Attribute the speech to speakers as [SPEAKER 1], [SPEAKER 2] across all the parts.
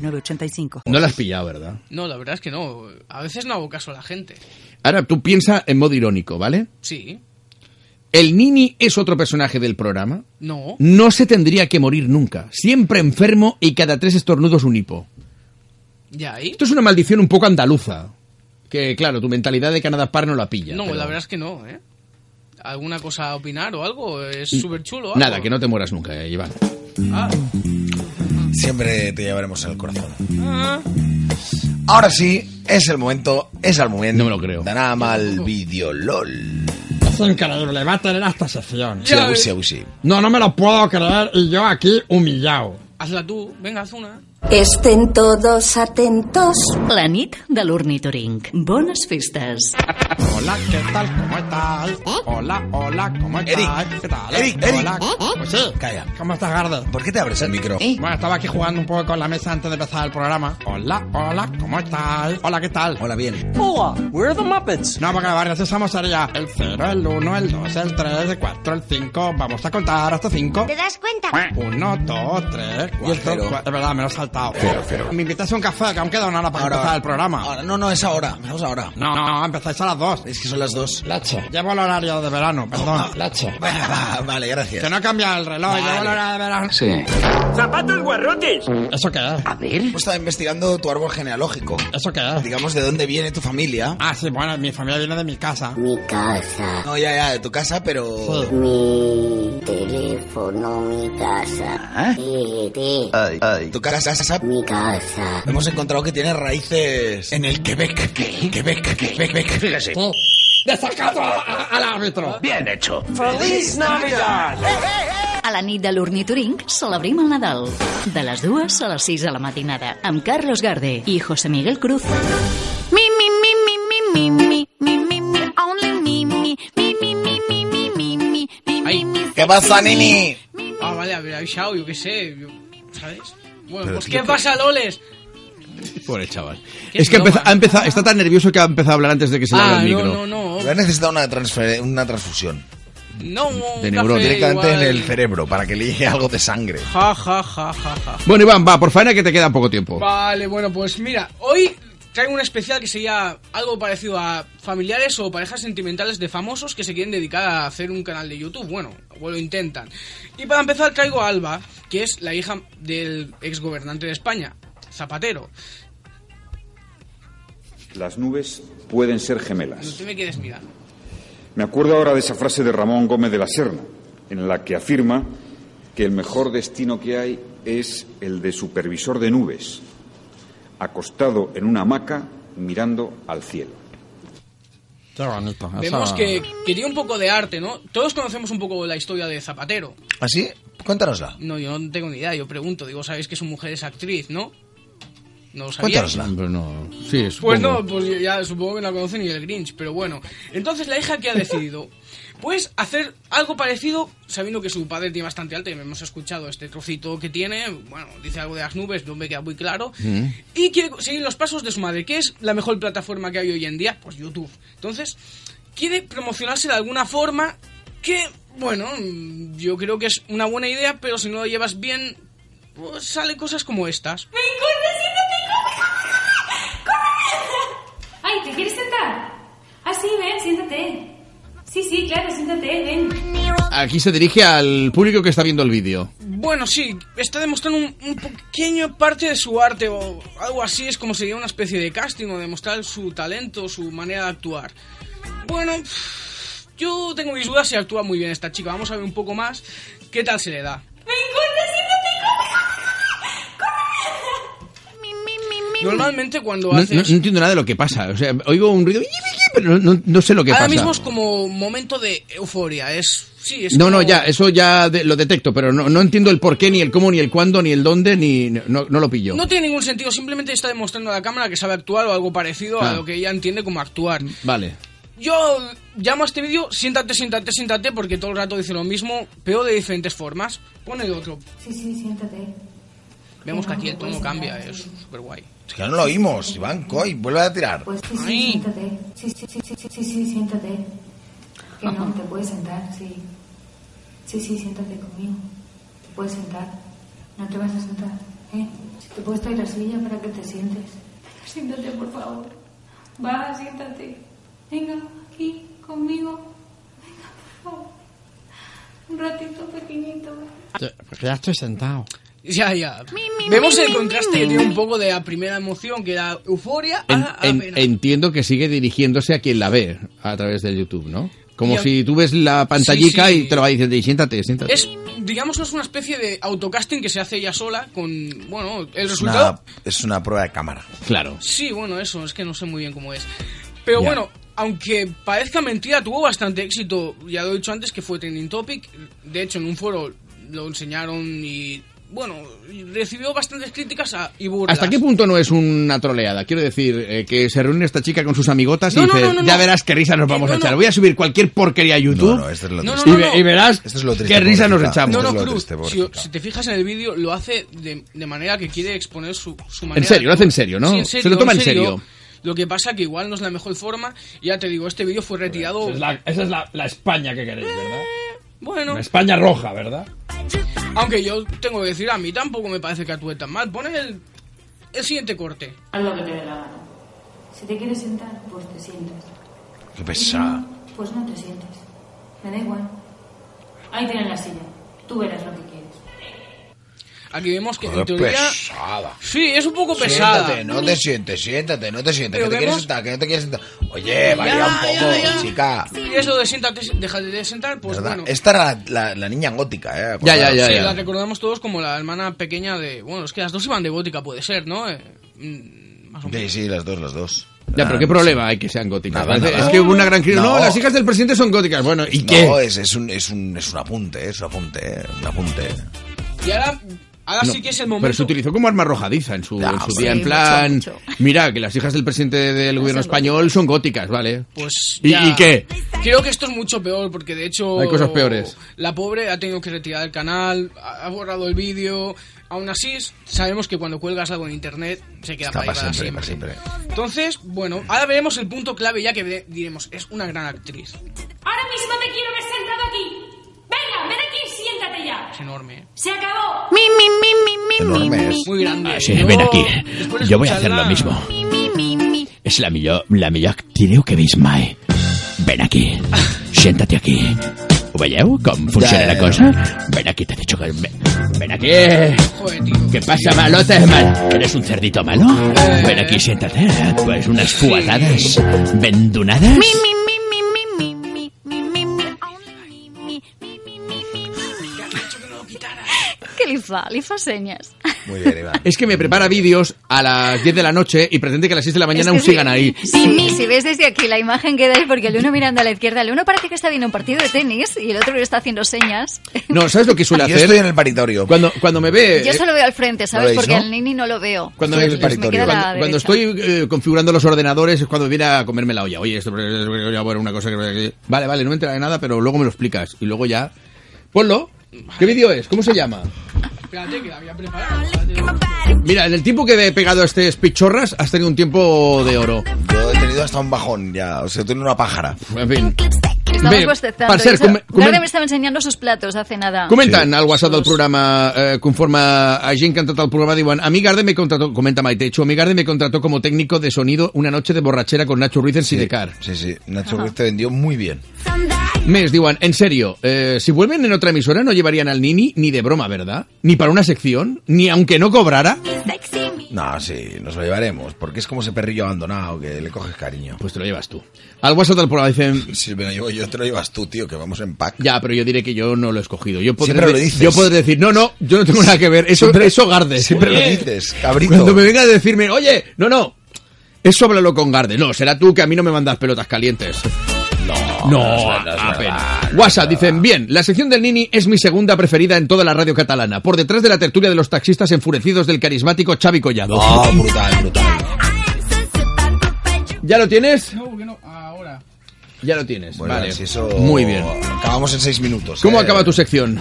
[SPEAKER 1] 985.
[SPEAKER 2] No la has pillado, ¿verdad?
[SPEAKER 3] No, la verdad es que no. A veces no hago caso a la gente.
[SPEAKER 2] Ahora tú piensa en modo irónico, ¿vale?
[SPEAKER 3] Sí.
[SPEAKER 2] El Nini es otro personaje del programa.
[SPEAKER 3] No.
[SPEAKER 2] No se tendría que morir nunca. Siempre enfermo y cada tres estornudos un hipo.
[SPEAKER 3] ¿Ya ahí?
[SPEAKER 2] Esto es una maldición un poco andaluza. Que claro, tu mentalidad de Canadá Par no la pilla.
[SPEAKER 3] No,
[SPEAKER 2] pero-
[SPEAKER 3] la verdad es que no, ¿eh? ¿Alguna cosa a opinar o algo? Es súper chulo.
[SPEAKER 2] Nada, que no te mueras nunca, eh, Iván.
[SPEAKER 3] Ah,
[SPEAKER 4] Siempre te llevaremos en el corazón. Ah. Ahora sí, es el momento, es el momento.
[SPEAKER 2] No me lo creo.
[SPEAKER 4] Dará mal vídeo LOL.
[SPEAKER 5] Es increíble, le va a tener hasta sección.
[SPEAKER 4] Sí, abu, sí, abu, sí.
[SPEAKER 5] No, no me lo puedo creer y yo aquí humillado.
[SPEAKER 3] Hazla tú, venga, haz una.
[SPEAKER 6] Estén todos atentos.
[SPEAKER 7] La nit de l'Ornitorinc. Bones festes.
[SPEAKER 5] Hola, ¿qué tal? ¿Cómo estás?
[SPEAKER 3] ¿Eh?
[SPEAKER 5] Hola, hola, ¿cómo estás?
[SPEAKER 4] Eric.
[SPEAKER 5] ¿Qué tal?
[SPEAKER 4] Eric, Eric.
[SPEAKER 5] Hola.
[SPEAKER 3] ¿Eh?
[SPEAKER 5] Pues sí.
[SPEAKER 4] Calla.
[SPEAKER 5] ¿Cómo estás, Garde?
[SPEAKER 4] ¿Por qué te abres el micro?
[SPEAKER 5] Bueno, estaba aquí jugando un poco con la mesa antes de empezar el programa. Hola, hola, ¿cómo estás? Hola, ¿qué tal?
[SPEAKER 4] Hola, bien.
[SPEAKER 5] No, porque la variación sería el 0, el 1, el 2, el 3, el 4, el 5. Vamos a contar hasta 5.
[SPEAKER 8] ¿Te das cuenta?
[SPEAKER 5] 1, 2, 3,
[SPEAKER 4] Y el
[SPEAKER 5] 4,
[SPEAKER 4] cero.
[SPEAKER 5] 4. Es verdad, me lo he saltado.
[SPEAKER 4] Cero, cero.
[SPEAKER 5] Me invitas a un café, que aún queda una hora para empezar el programa.
[SPEAKER 4] Ahora, no, no, es ahora. Vamos ahora.
[SPEAKER 5] No, no, empezáis a las 2.
[SPEAKER 4] Es que son las dos.
[SPEAKER 5] Llevo el horario de verano, perdón.
[SPEAKER 4] Venga, va, vale, gracias.
[SPEAKER 5] Que no cambia el reloj,
[SPEAKER 4] Vale.
[SPEAKER 5] llevo el horario de verano.
[SPEAKER 9] Sí.
[SPEAKER 5] ¿Eso qué es?
[SPEAKER 9] A ver.
[SPEAKER 4] Hemos estado investigando tu árbol genealógico.
[SPEAKER 5] ¿Eso qué es?
[SPEAKER 4] Digamos de dónde viene tu familia.
[SPEAKER 5] Ah, sí, bueno, mi familia viene de mi casa.
[SPEAKER 8] Mi casa,
[SPEAKER 4] No, ya, ya, de tu casa, pero...
[SPEAKER 5] Sí.
[SPEAKER 8] mi teléfono, mi casa. Eh, eh,
[SPEAKER 4] Tu casa, casa-
[SPEAKER 8] Mi casa.
[SPEAKER 4] Hemos encontrado que tiene raíces en el Quebec. Quebec, Quebec, Quebec.
[SPEAKER 9] Fíjese.
[SPEAKER 5] Sí. ¡Desacato a- a- al árbitro!
[SPEAKER 9] Bien hecho.
[SPEAKER 7] A la nit de l'Ornitorinc celebrem el Nadal. De les dues a les 6 de la matinada. Amb Carlos Garde i José Miguel Cruz.
[SPEAKER 8] Mi, mi, mi, mi, mi, mi, mi, mi, mi, mi, only mi, mi, mi, mi, mi, mi, mi, mi, mi, mi,
[SPEAKER 3] Ay.
[SPEAKER 8] mi, mi,
[SPEAKER 4] ¿Qué pasa, Nini?
[SPEAKER 3] Ah, vale, había avisado, yo qué sé. yo- ¿Sabes? Bueno,
[SPEAKER 2] Pero
[SPEAKER 3] pues
[SPEAKER 2] tío,
[SPEAKER 3] ¿qué
[SPEAKER 2] pero-
[SPEAKER 3] pasa, Loles?
[SPEAKER 2] Pobre chaval.
[SPEAKER 3] Qué
[SPEAKER 2] Es que ha
[SPEAKER 3] broma.
[SPEAKER 2] empeza- ha empezado, está tan nervioso que ha empezado a hablar antes de que se le abra
[SPEAKER 3] Ah,
[SPEAKER 2] el
[SPEAKER 3] no,
[SPEAKER 2] micro.
[SPEAKER 3] no, no.
[SPEAKER 4] Voy a necesitar una, transfer- una transfusión.
[SPEAKER 3] No, un
[SPEAKER 2] De
[SPEAKER 3] café
[SPEAKER 2] neurona.
[SPEAKER 4] Directamente
[SPEAKER 3] igual.
[SPEAKER 4] en el cerebro, para que le llegue algo de sangre.
[SPEAKER 3] Ja, ja, ja, ja, ja.
[SPEAKER 2] Bueno, Iván, va, por faena que te queda poco tiempo.
[SPEAKER 3] Vale, bueno, pues mira, hoy traigo un especial que sería algo parecido a familiares o parejas sentimentales de famosos que se quieren dedicar a hacer un canal de YouTube. Bueno, o lo intentan. Y para empezar traigo a Alba, que es la hija del exgobernante de España, Zapatero.
[SPEAKER 10] Las nubes pueden ser
[SPEAKER 3] No
[SPEAKER 10] gemelas.
[SPEAKER 3] te me quieres mirar.
[SPEAKER 10] Me acuerdo ahora de esa frase de Ramón Gómez de la Serna, en la que afirma que el mejor destino que hay es el de supervisor de nubes, acostado en una hamaca mirando al cielo.
[SPEAKER 5] Qué bonito. eso-
[SPEAKER 3] Vemos que quería un poco de arte, ¿no? Todos conocemos un poco la historia de Zapatero.
[SPEAKER 4] ¿Así? Cuéntanosla.
[SPEAKER 3] No, yo no tengo ni idea, yo pregunto, digo, sabéis que su mujer es actriz, ¿no? No lo sabía.
[SPEAKER 4] Cuéntanosla.
[SPEAKER 2] Hombre, Pues no. Sí, supongo.
[SPEAKER 3] Pues no, pues ya supongo que no la conoce ni el Grinch, pero bueno. Entonces la hija que ha decidido, pues hacer algo parecido, sabiendo que su padre tiene bastante alto, y hemos escuchado este trocito que tiene, bueno, dice algo de las nubes, no me queda muy claro, y quiere seguir los pasos de su madre, que es la mejor plataforma que hay hoy en día, pues YouTube. Entonces, quiere promocionarse de alguna forma que, bueno, yo creo que es una buena idea, pero si no lo llevas bien, pues salen cosas como estas.
[SPEAKER 8] Ay, ¿te quieres sentar? Ah, sí, ven, siéntate. Sí, sí, claro, siéntate, ven.
[SPEAKER 2] Aquí se dirige al público que está viendo el vídeo.
[SPEAKER 3] Bueno, sí, está demostrando un, un pequeño parte de su arte o algo así, es como sería una especie de casting o demostrar su talento, su manera de actuar. Bueno, yo tengo mis dudas si actúa muy bien esta chica, vamos a ver un poco más qué tal se le da. Normalmente cuando
[SPEAKER 2] No, no-
[SPEAKER 3] haces...
[SPEAKER 2] no entiendo nada de lo que pasa. O sea, oigo un ruido. pero no, no sé lo que
[SPEAKER 3] Ahora
[SPEAKER 2] pasa.
[SPEAKER 3] mismo es como momento de euforia. Es, sí, es
[SPEAKER 2] no,
[SPEAKER 3] como-
[SPEAKER 2] no, ya, eso ya de- lo detecto, pero no, no entiendo el por qué, ni el cómo, ni el cuándo, ni el dónde, ni no, no lo pillo.
[SPEAKER 3] No tiene ningún sentido, simplemente está demostrando a la cámara que sabe actuar o algo parecido
[SPEAKER 2] Ah.
[SPEAKER 3] a lo que ella entiende como actuar.
[SPEAKER 2] Vale.
[SPEAKER 3] Yo llamo a este vídeo siéntate, siéntate, siéntate, porque todo el rato dice lo mismo, pero de diferentes formas. Pon el otro.
[SPEAKER 9] Sí, sí, siéntate.
[SPEAKER 3] Vemos que aquí el tono cambia, es súper guay.
[SPEAKER 4] Es que no lo oímos, Iván Coy, vuelve a tirar.
[SPEAKER 9] Pues sí, sí,
[SPEAKER 3] Ay.
[SPEAKER 9] siéntate. Sí, sí, sí, sí, sí, sí, sí, siéntate. Que no, te puedes sentar, sí. Sí, sí, siéntate conmigo. Te puedes sentar. No te vas a sentar, ¿eh? Si te puedes traer la silla para que te sientes. Siéntate, por favor. Va, siéntate. Venga, aquí, conmigo. Venga, por favor. Un ratito pequeñito.
[SPEAKER 5] Ya estoy sentado.
[SPEAKER 3] Ya, ya.
[SPEAKER 9] mi,
[SPEAKER 3] Vemos
[SPEAKER 9] mi,
[SPEAKER 3] el
[SPEAKER 9] mi,
[SPEAKER 3] contraste
[SPEAKER 9] mi,
[SPEAKER 3] que
[SPEAKER 9] mi.
[SPEAKER 3] tiene un poco de la primera emoción, que era euforia,
[SPEAKER 2] En-
[SPEAKER 3] a, a
[SPEAKER 2] en-
[SPEAKER 3] pena.
[SPEAKER 2] entiendo que sigue dirigiéndose a quien la ve a través del YouTube, ¿no? Como
[SPEAKER 3] Y a-
[SPEAKER 2] si tú ves la pantallica
[SPEAKER 3] Sí, sí.
[SPEAKER 2] y te lo va diciendo, "Y siéntate, siéntate.
[SPEAKER 3] Es, digamos, es una especie de autocasting que se hace ella sola con, bueno, el
[SPEAKER 4] Es
[SPEAKER 3] resultado...
[SPEAKER 4] una, es una prueba de cámara.
[SPEAKER 2] Claro.
[SPEAKER 3] Sí, bueno, eso, es que no sé muy bien cómo es. Pero
[SPEAKER 2] Ya.
[SPEAKER 3] bueno, aunque parezca mentira, tuvo bastante éxito. Ya lo he dicho antes que fue trending topic. De hecho, en un foro lo enseñaron y, bueno, recibió bastantes críticas a, y burlas.
[SPEAKER 2] ¿Hasta qué punto no es una troleada? Quiero decir, eh, que se reúne esta chica con sus amigotas
[SPEAKER 3] No,
[SPEAKER 2] y
[SPEAKER 3] no,
[SPEAKER 2] dice,
[SPEAKER 3] no, no,
[SPEAKER 2] ya
[SPEAKER 3] no.
[SPEAKER 2] verás qué risa nos vamos
[SPEAKER 3] No,
[SPEAKER 2] a
[SPEAKER 3] no.
[SPEAKER 2] echar. Voy a subir cualquier porquería a YouTube
[SPEAKER 4] No, no, este es lo
[SPEAKER 3] No, no,
[SPEAKER 4] triste.
[SPEAKER 2] y,
[SPEAKER 3] no,
[SPEAKER 2] ve-
[SPEAKER 3] no.
[SPEAKER 2] y verás
[SPEAKER 4] Esto es lo triste,
[SPEAKER 2] qué risa nos
[SPEAKER 4] pobrecita.
[SPEAKER 2] echamos.
[SPEAKER 3] No,
[SPEAKER 4] Esto
[SPEAKER 3] no,
[SPEAKER 4] Este es lo
[SPEAKER 3] Cruz,
[SPEAKER 4] triste,
[SPEAKER 3] si,
[SPEAKER 4] pobrecita.
[SPEAKER 3] si te fijas en el vídeo, lo hace de, de manera que quiere exponer su, su manera.
[SPEAKER 2] En serio, lo hace en serio, ¿no?
[SPEAKER 3] Sí, en
[SPEAKER 2] Se lo
[SPEAKER 3] serio,
[SPEAKER 2] toma en serio.
[SPEAKER 3] Lo que pasa que igual no es la mejor forma. Y Ya te digo, este vídeo fue retirado.
[SPEAKER 11] esa Pues es la, la España que queréis, ¿verdad?
[SPEAKER 3] Eh. Bueno,
[SPEAKER 11] La España roja, ¿verdad?
[SPEAKER 3] aunque yo tengo que decir, a mí tampoco me parece que actúe tan mal. Ponen el, el siguiente corte.
[SPEAKER 9] Haz lo que te dé la gana. Si te quieres sentar, pues te sientas.
[SPEAKER 4] Qué pesada.
[SPEAKER 9] Pues no te sientes. Me da igual. Ahí tienes la silla. Tú verás lo que quieres.
[SPEAKER 3] Aquí vemos que
[SPEAKER 4] Qué
[SPEAKER 3] en teoría.
[SPEAKER 4] pesada.
[SPEAKER 3] Sí, es un poco pesada.
[SPEAKER 4] Siéntate, no te sientes, siéntate, no te sientes, que
[SPEAKER 3] Pero
[SPEAKER 4] te quieres
[SPEAKER 3] vemos-
[SPEAKER 4] sentar, que no te quieres sentar. Oye, varía un poco,
[SPEAKER 3] ya, ya.
[SPEAKER 4] chica.
[SPEAKER 3] Y eso de siéntate, déjate de sentar, pues
[SPEAKER 4] ¿Verdad?
[SPEAKER 3] bueno.
[SPEAKER 4] Esta era la, la- la niña gótica, eh.
[SPEAKER 2] Ya, ya, ya,
[SPEAKER 3] Sí,
[SPEAKER 2] ya.
[SPEAKER 3] la recordamos todos como la hermana pequeña de. Bueno, es que las dos iban de gótica, puede ser, ¿no? Eh, mm, más o menos.
[SPEAKER 4] Sí, sí, las dos, las dos.
[SPEAKER 2] Ya, pero
[SPEAKER 4] Ah,
[SPEAKER 2] qué
[SPEAKER 4] no
[SPEAKER 2] problema hay que sean góticas.
[SPEAKER 4] Nada,
[SPEAKER 2] Parece-
[SPEAKER 4] nada.
[SPEAKER 2] Es que hubo una gran crisis. No.
[SPEAKER 4] No.
[SPEAKER 2] las hijas del presidente son góticas. Bueno, ¿y
[SPEAKER 4] sé.
[SPEAKER 2] qué?
[SPEAKER 4] No, es, es, un, es, un, es un apunte, eh, es un apunte, eh, un apunte.
[SPEAKER 3] Y ahora, ahora
[SPEAKER 2] No,
[SPEAKER 3] sí que es el
[SPEAKER 2] Pero se
[SPEAKER 3] momento.
[SPEAKER 2] utilizó como arma arrojadiza en su,
[SPEAKER 4] Ya,
[SPEAKER 2] en su
[SPEAKER 4] hombre.
[SPEAKER 2] día, en
[SPEAKER 7] Sí,
[SPEAKER 2] plan,
[SPEAKER 7] mucho, mucho.
[SPEAKER 2] mira, que las hijas del presidente del gobierno español son góticas, ¿vale?
[SPEAKER 3] Pues
[SPEAKER 2] ¿Y-
[SPEAKER 3] ya-
[SPEAKER 2] y qué?
[SPEAKER 3] Creo que esto es mucho peor porque de hecho
[SPEAKER 2] Hay cosas peores.
[SPEAKER 3] La pobre ha tenido que retirar el canal, ha ha borrado el vídeo. Aún así, sabemos que cuando cuelgas algo en internet se queda
[SPEAKER 4] Está
[SPEAKER 3] para, ahí,
[SPEAKER 4] para
[SPEAKER 3] para
[SPEAKER 4] siempre, para siempre.
[SPEAKER 3] Entonces, bueno, ahora veremos el punto clave ya que ve- diremos es una gran actriz.
[SPEAKER 9] Ahora mismo te quiero ver sentado aquí. Venga, ven aquí, siéntate ya.
[SPEAKER 3] Es enorme. ¿eh?
[SPEAKER 9] Se acabó.
[SPEAKER 8] Mi, mi, mi, mi, mi, mi,
[SPEAKER 4] Enorme es.
[SPEAKER 3] Muy grande.
[SPEAKER 11] Ah, sí, ven aquí.
[SPEAKER 3] después de
[SPEAKER 11] Yo voy a hacer lo
[SPEAKER 3] escucharla-
[SPEAKER 11] mismo.
[SPEAKER 8] mi, mi, mi.
[SPEAKER 11] Es la millor, la millor actriu que he vist mai. Ven aquí. Siéntate aquí. Ho veieu com funciona
[SPEAKER 4] Ja,
[SPEAKER 11] la
[SPEAKER 4] ja,
[SPEAKER 11] cosa? Ven aquí, te he dicho que... Ven, ven aquí.
[SPEAKER 2] Eh.
[SPEAKER 3] Joder, tío.
[SPEAKER 11] ¿Qué pasa, malote? Mal- ¿Eres un cerdito malo?
[SPEAKER 2] Eh.
[SPEAKER 11] Ven aquí, siéntate. Pues unas fuatadas vendunadas.
[SPEAKER 8] Mi, mi, mi, mi, mi, mi, mi, mi, mi, mi, only mi, mi, mi, mi, mi, mi, mi.
[SPEAKER 7] Què li fa? Li fa senyes.
[SPEAKER 4] Muy bien, Iván.
[SPEAKER 2] Es que me prepara vídeos a las 10 de la noche y pretende que a las 6 de la mañana
[SPEAKER 7] Es que
[SPEAKER 2] aún sigan
[SPEAKER 7] sí.
[SPEAKER 2] ahí.
[SPEAKER 7] Sí, si ves desde aquí la imagen que dais, porque el uno mirando a la izquierda, el uno parece que está viendo un partido de tenis y el otro le está haciendo señas.
[SPEAKER 2] No, ¿sabes lo que suele
[SPEAKER 4] Yo
[SPEAKER 2] hacer?
[SPEAKER 4] estoy en el paritorio.
[SPEAKER 2] Cuando, cuando me ve...
[SPEAKER 7] Yo solo veo al frente, ¿sabes?
[SPEAKER 4] veis,
[SPEAKER 7] Porque
[SPEAKER 4] no?
[SPEAKER 7] al nini no lo veo.
[SPEAKER 2] Cuando,
[SPEAKER 4] Estoy en el
[SPEAKER 7] Entonces me
[SPEAKER 4] paritorio.
[SPEAKER 7] queda a la
[SPEAKER 2] cuando, cuando
[SPEAKER 7] derecha.
[SPEAKER 2] estoy eh, configurando los ordenadores es cuando viene a comerme la olla. Oye, esto ya bueno, una cosa que... Vale, vale, no me entera de nada, pero luego me lo explicas. Y luego ya... Ponlo. ¿Qué vídeo es? ¿Cómo se llama?
[SPEAKER 3] Espérate, que la había preparado. espérate.
[SPEAKER 2] Mira, en el tiempo que he pegado a este Spichorras has tenido un tiempo de oro.
[SPEAKER 4] Yo he tenido hasta un bajón ya, o sea, tengo una pájara.
[SPEAKER 2] En fin.
[SPEAKER 7] Estamos
[SPEAKER 2] Bé,
[SPEAKER 7] bostezando.
[SPEAKER 2] per cert,
[SPEAKER 7] Isa-
[SPEAKER 2] come- come-
[SPEAKER 7] Garde me estava ensenyant els seus platos hace nada.
[SPEAKER 2] Comenten al WhatsApp del programa, eh, conforme a gent que ha entrat al programa, diuen, a mi Garde me contrató, comenta Maite Chu, a mi Garde me contrató como técnico de sonido una noche de borrachera con Nacho Ruiz en Sidecar.
[SPEAKER 4] Eh, Sí, sí, Nacho Ruiz te vendió muy bien.
[SPEAKER 2] Mes, diuen, en serio, eh, si vuelven en otra emisora no llevarían al Nini ni de broma, ¿verdad? Ni para una sección, ni aunque no cobrara.
[SPEAKER 4] No, sí, nos lo llevaremos, porque es como ese perrillo abandonado que le coges cariño.
[SPEAKER 2] Pues te lo llevas tú. Al WhatsApp del programa dicen...
[SPEAKER 4] Si me lo llevo Pues yo, te lo llevas tú, tío, que vamos en pack.
[SPEAKER 2] Ya, pero yo diré que yo no lo he escogido. Yo podré,
[SPEAKER 4] Siempre lo dices.
[SPEAKER 2] Yo podré decir, no, no, yo no tengo nada que ver. Eso, eso Garde.
[SPEAKER 4] Siempre lo
[SPEAKER 2] Oye,
[SPEAKER 4] dices, cabrito.
[SPEAKER 2] Cuando me venga a decirme, oye, no, no, Eso háblalo con Garde. No, será tú que a mí no me mandas pelotas calientes. No,
[SPEAKER 12] no es verdad, no es
[SPEAKER 2] apenas. WhatsApp dicen, bien, la sección del Nini es mi segunda preferida en toda la radio catalana, por detrás de la tertulia de los taxistas enfurecidos del carismático Xavi Collado.
[SPEAKER 12] Ah.
[SPEAKER 4] Oh, brutal, brutal.
[SPEAKER 2] ¿Ya lo tienes?
[SPEAKER 3] No, que no, ahora.
[SPEAKER 2] Ya lo tienes.
[SPEAKER 4] Bueno,
[SPEAKER 2] vale.
[SPEAKER 4] si eso-
[SPEAKER 2] Muy bien.
[SPEAKER 4] Acabamos en seis minutos.
[SPEAKER 2] ¿Cómo
[SPEAKER 4] eh.
[SPEAKER 2] acaba tu sección?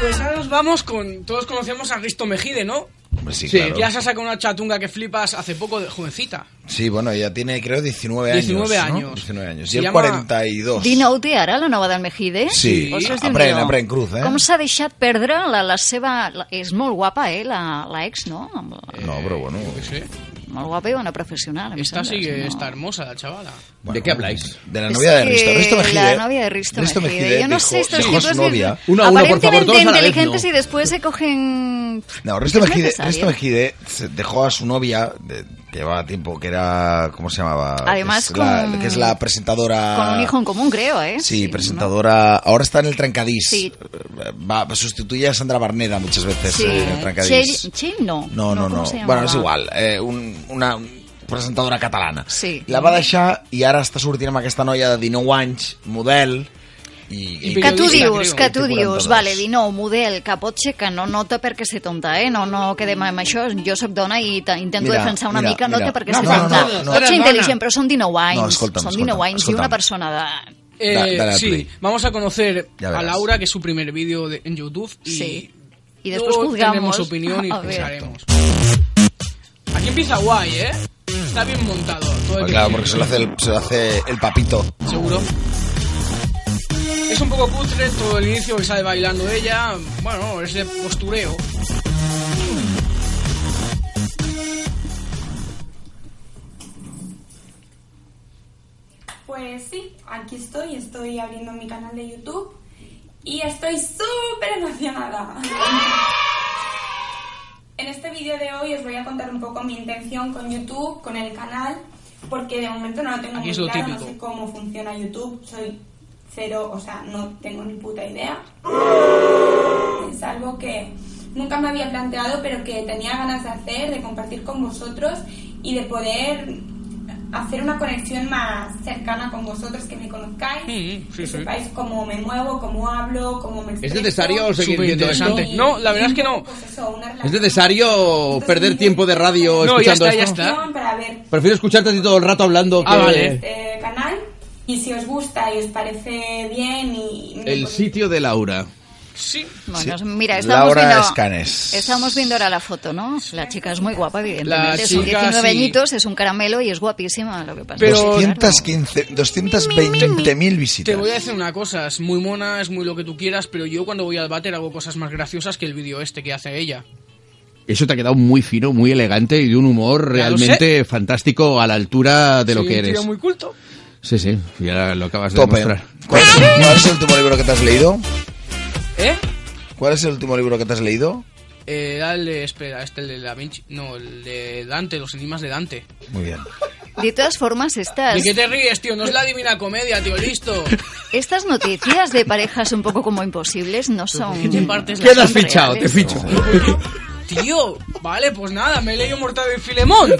[SPEAKER 3] Pues ahora nos vamos con. Todos conocemos a Risto Mejide, ¿no?
[SPEAKER 4] Hombre, sí,
[SPEAKER 2] Sí,
[SPEAKER 4] claro.
[SPEAKER 3] Ya se ha sacado una chatunga que flipas hace poco de jovencita.
[SPEAKER 4] Sí, bueno, ella tiene, creo, 19 años.
[SPEAKER 3] 19
[SPEAKER 4] ¿no?
[SPEAKER 3] años.
[SPEAKER 4] 19 años.
[SPEAKER 3] Se
[SPEAKER 4] I el
[SPEAKER 3] llama-
[SPEAKER 4] 42.
[SPEAKER 7] Dinaute ara la nova del Mejide?
[SPEAKER 4] Sí,
[SPEAKER 7] Ostres, Déu-n'hi-do.
[SPEAKER 4] aprèn, aprèn, Cruz, eh?
[SPEAKER 7] Com s'ha deixat perdre la, la seva... La, és molt guapa, eh, la, la ex, no? Amb la,
[SPEAKER 4] No, pero bueno.
[SPEAKER 3] Eh,
[SPEAKER 7] molt guapa i bona professional, em
[SPEAKER 3] Esta
[SPEAKER 7] sembla,
[SPEAKER 3] sí que
[SPEAKER 7] no?
[SPEAKER 3] está hermosa, la chavala.
[SPEAKER 2] ¿De qué habláis?
[SPEAKER 4] De la
[SPEAKER 7] Es
[SPEAKER 4] novia de
[SPEAKER 7] que
[SPEAKER 4] Risto. Risto Mejide.
[SPEAKER 7] La novia de Risto,
[SPEAKER 4] Risto
[SPEAKER 7] Mejide.
[SPEAKER 4] Mejide
[SPEAKER 7] Yo no
[SPEAKER 4] dijo-
[SPEAKER 7] sé, estos
[SPEAKER 4] dijo
[SPEAKER 7] tipos
[SPEAKER 4] su novia.
[SPEAKER 2] Uno a uno, por favor,
[SPEAKER 7] aparentemente
[SPEAKER 2] todos a la vez,
[SPEAKER 7] inteligentes
[SPEAKER 2] no.
[SPEAKER 7] y después se cogen...
[SPEAKER 4] No, Risto
[SPEAKER 7] Es
[SPEAKER 4] Mejide,
[SPEAKER 7] necesario.
[SPEAKER 4] Risto Mejide se dejó a su novia, de- que llevaba tiempo, que era. ¿Cómo se llamaba?
[SPEAKER 7] Además,
[SPEAKER 4] que es la-
[SPEAKER 7] con-
[SPEAKER 4] que es la presentadora.
[SPEAKER 7] Con un hijo en común, creo, ¿eh?
[SPEAKER 4] Sí, presentadora. Ahora está en el Trancadís.
[SPEAKER 7] Sí.
[SPEAKER 4] Va, sustituye a Sandra Barneda muchas veces
[SPEAKER 7] Sí.
[SPEAKER 4] eh, en el Trancadís.
[SPEAKER 7] Che, Che, no.
[SPEAKER 4] No, no,
[SPEAKER 7] ¿cómo
[SPEAKER 4] no.
[SPEAKER 7] se llamava?
[SPEAKER 4] Bueno, és igual. Eh, un, una presentadora catalana.
[SPEAKER 7] Sí.
[SPEAKER 4] La va deixar i ara està sortint amb aquesta noia de 19 anys, model... I,
[SPEAKER 7] Que tu dius, que tu
[SPEAKER 4] articulen
[SPEAKER 7] dius,
[SPEAKER 4] totes.
[SPEAKER 7] vale, di nou, model, que pot ser que no nota perquè ser tonta, eh? No, no quedem amb això, jo sóc dona i t- intento
[SPEAKER 4] Mira,
[SPEAKER 7] defensar una
[SPEAKER 4] mira,
[SPEAKER 7] mica, no
[SPEAKER 4] mira.
[SPEAKER 7] té per què
[SPEAKER 4] No,
[SPEAKER 7] ser
[SPEAKER 4] no, no,
[SPEAKER 7] tonta.
[SPEAKER 4] no, no.
[SPEAKER 7] Pot ser
[SPEAKER 3] Era
[SPEAKER 7] intel·ligent,
[SPEAKER 3] dona.
[SPEAKER 7] però són 19 anys.
[SPEAKER 4] No, escolta'm,
[SPEAKER 7] són 19
[SPEAKER 4] escolta'm,
[SPEAKER 7] anys i
[SPEAKER 4] escolta'm.
[SPEAKER 7] una persona de...
[SPEAKER 3] Eh,
[SPEAKER 4] Da- dale al
[SPEAKER 3] sí,
[SPEAKER 4] play.
[SPEAKER 3] vamos a conocer
[SPEAKER 4] Ya
[SPEAKER 3] a
[SPEAKER 4] verás.
[SPEAKER 3] Laura, que es su primer vídeo de- en YouTube. Y
[SPEAKER 7] Sí. Y después
[SPEAKER 3] todos
[SPEAKER 7] juzgamos.
[SPEAKER 3] Tenemos opinión y
[SPEAKER 7] A ver.
[SPEAKER 3] juzgaremos. Aquí empieza guay, ¿eh? Está bien montado. Todo hay
[SPEAKER 4] Pues
[SPEAKER 3] que
[SPEAKER 4] claro,
[SPEAKER 3] decirlo.
[SPEAKER 4] porque se lo hace el, se lo hace el papito.
[SPEAKER 3] Seguro. Es un poco cutre todo el inicio que sale bailando ella. Bueno, es de postureo.
[SPEAKER 13] Pues sí, aquí estoy, estoy abriendo mi canal de YouTube y estoy súper emocionada. En este vídeo de hoy os voy a contar un poco mi intención con YouTube, con el canal, porque de momento no lo tengo
[SPEAKER 3] Aquí
[SPEAKER 13] muy
[SPEAKER 3] es lo
[SPEAKER 13] claro,
[SPEAKER 3] típico.
[SPEAKER 13] no sé cómo funciona YouTube, soy cero, o sea, no tengo ni puta idea. Es algo que nunca me había planteado, pero que tenía ganas de hacer, de compartir con vosotros y de poder hacer una conexión más cercana con vosotros, que me conozcáis, que sepáis cómo me muevo, cómo hablo, cómo me expreso.
[SPEAKER 2] necesario seguir viendo eso?
[SPEAKER 3] Superinteresante. No, la verdad es que no.
[SPEAKER 13] Pues eso, una
[SPEAKER 2] ¿Es necesario perder tiempo de radio
[SPEAKER 3] No, ya
[SPEAKER 2] escuchando
[SPEAKER 3] está, ya
[SPEAKER 2] esto?
[SPEAKER 3] está.
[SPEAKER 13] relación para ver
[SPEAKER 2] Prefiero escucharte a ti todo el rato hablando.
[SPEAKER 3] Ah,
[SPEAKER 2] que-
[SPEAKER 3] vale.
[SPEAKER 13] este canal y si os gusta y os parece bien y...
[SPEAKER 2] El sitio de Laura.
[SPEAKER 3] Sí.
[SPEAKER 7] Bueno, mira, estamos
[SPEAKER 4] Laura
[SPEAKER 7] viendo,
[SPEAKER 4] Escanes.
[SPEAKER 7] estamos viendo ahora la foto, ¿no? La chica es muy guapa, evidentemente.
[SPEAKER 3] La
[SPEAKER 7] Son
[SPEAKER 3] chica,
[SPEAKER 7] 19
[SPEAKER 3] sí.
[SPEAKER 7] añitos, es un caramelo y es guapísima. Lo que pasa
[SPEAKER 3] Pero-
[SPEAKER 7] es que, claro,
[SPEAKER 4] 215, 220 mil visitas.
[SPEAKER 3] Te voy a decir una cosa, es muy mona, es muy lo que tú quieras, pero yo cuando voy al váter hago cosas más graciosas que el vídeo este que hace ella.
[SPEAKER 2] Eso te ha quedado muy fino, muy elegante y de un humor
[SPEAKER 3] Ya lo
[SPEAKER 2] realmente fantástico a la altura de lo
[SPEAKER 3] Soy
[SPEAKER 2] que
[SPEAKER 3] un tío
[SPEAKER 2] eres.
[SPEAKER 3] muy culto.
[SPEAKER 2] Sí, sí, ya lo acabas de
[SPEAKER 4] Tope.
[SPEAKER 2] demostrar.
[SPEAKER 4] ¿Cuál es, cuál es el último libro que te has leído?
[SPEAKER 3] ¿Eh?
[SPEAKER 4] ¿Cuál es el último libro que te has leído?
[SPEAKER 3] Eh, era el de, espera, este el de Da Vinci, no, el de Dante, los enigmas de Dante.
[SPEAKER 4] Muy bien.
[SPEAKER 7] de todas formas, estas,
[SPEAKER 3] ¿De qué te ríes, tío? No es la divina comedia, tío, listo.
[SPEAKER 7] estas noticias de parejas un poco como imposibles no son...
[SPEAKER 3] ¿Qué te partes la-
[SPEAKER 2] Quedas
[SPEAKER 7] son
[SPEAKER 2] fichado, te
[SPEAKER 7] reales.
[SPEAKER 2] ficho.
[SPEAKER 3] Tío, vale, pues nada, me he leído Mortado y Filemón.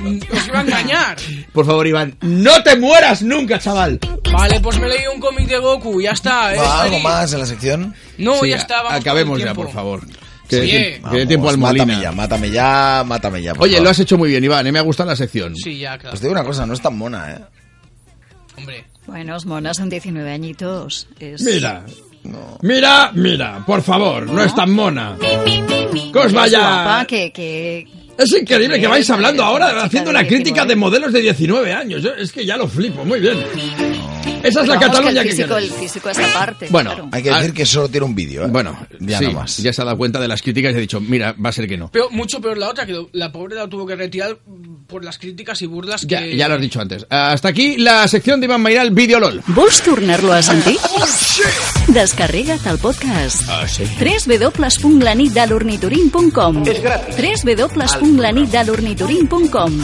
[SPEAKER 3] Mm, Os iba a engañar.
[SPEAKER 2] Por favor, Iván, no te mueras nunca, chaval.
[SPEAKER 3] Vale, pues me he leído un cómic de Goku, ya está. ¿eh?
[SPEAKER 4] Va, ¿Algo
[SPEAKER 3] Feliz.
[SPEAKER 4] más en la sección?
[SPEAKER 3] No,
[SPEAKER 2] Sí,
[SPEAKER 3] ya está, vamos
[SPEAKER 2] acabemos
[SPEAKER 3] con el
[SPEAKER 2] ya,
[SPEAKER 3] tiempo.
[SPEAKER 2] por favor. Que dé
[SPEAKER 3] Sí.
[SPEAKER 2] tiemp- que
[SPEAKER 4] Vamos,
[SPEAKER 2] dé tiempo al Molina.
[SPEAKER 4] Mátame ya, mátame ya, mátame ya. por
[SPEAKER 2] Oye,
[SPEAKER 4] favor.
[SPEAKER 2] lo has hecho muy bien, Iván, ¿eh? me ha gustado la sección.
[SPEAKER 3] Sí, ya, claro.
[SPEAKER 4] Pues te digo una cosa, no es tan mona, ¿eh?
[SPEAKER 3] Hombre,
[SPEAKER 7] Bueno, es mona, son 19 añitos. Es...
[SPEAKER 2] Mira,
[SPEAKER 4] No.
[SPEAKER 2] mira, mira, por favor, no es tan mona. Que os
[SPEAKER 7] es
[SPEAKER 2] pues vaya.
[SPEAKER 7] guapa, que, que...
[SPEAKER 2] Es increíble que vais hablando ahora,
[SPEAKER 7] Chica
[SPEAKER 2] haciendo
[SPEAKER 7] de
[SPEAKER 2] una crítica
[SPEAKER 7] 19.
[SPEAKER 2] de modelos de 19 años. Yo- Es que ya lo flipo, muy bien. Esa es la
[SPEAKER 7] Vamos, que
[SPEAKER 2] Cataluña
[SPEAKER 7] el
[SPEAKER 2] que
[SPEAKER 7] físico,
[SPEAKER 2] quieres.
[SPEAKER 7] el físico es aparte.
[SPEAKER 2] Bueno,
[SPEAKER 7] claro.
[SPEAKER 4] Hay que
[SPEAKER 2] Ah.
[SPEAKER 4] decir que solo tiene un vídeo, ¿eh?
[SPEAKER 2] Bueno,
[SPEAKER 4] ya
[SPEAKER 2] sí,
[SPEAKER 4] no más.
[SPEAKER 2] ya se ha dado cuenta de las críticas y ha dicho, mira, va a ser que no.
[SPEAKER 3] Pero mucho peor la otra, que lo- la pobre la tuvo que retirar mm, por las críticas y burlas
[SPEAKER 2] Ya,
[SPEAKER 3] que...
[SPEAKER 2] ya lo has dicho antes. Hasta aquí la sección de Iván Mairal, Videolol.
[SPEAKER 7] Vols tornar-lo a sentir? Descarrega't el podcast.
[SPEAKER 2] Oh, Ah, sí.
[SPEAKER 7] www.lanitdelornitorin.com www.lanitdelornitorin.com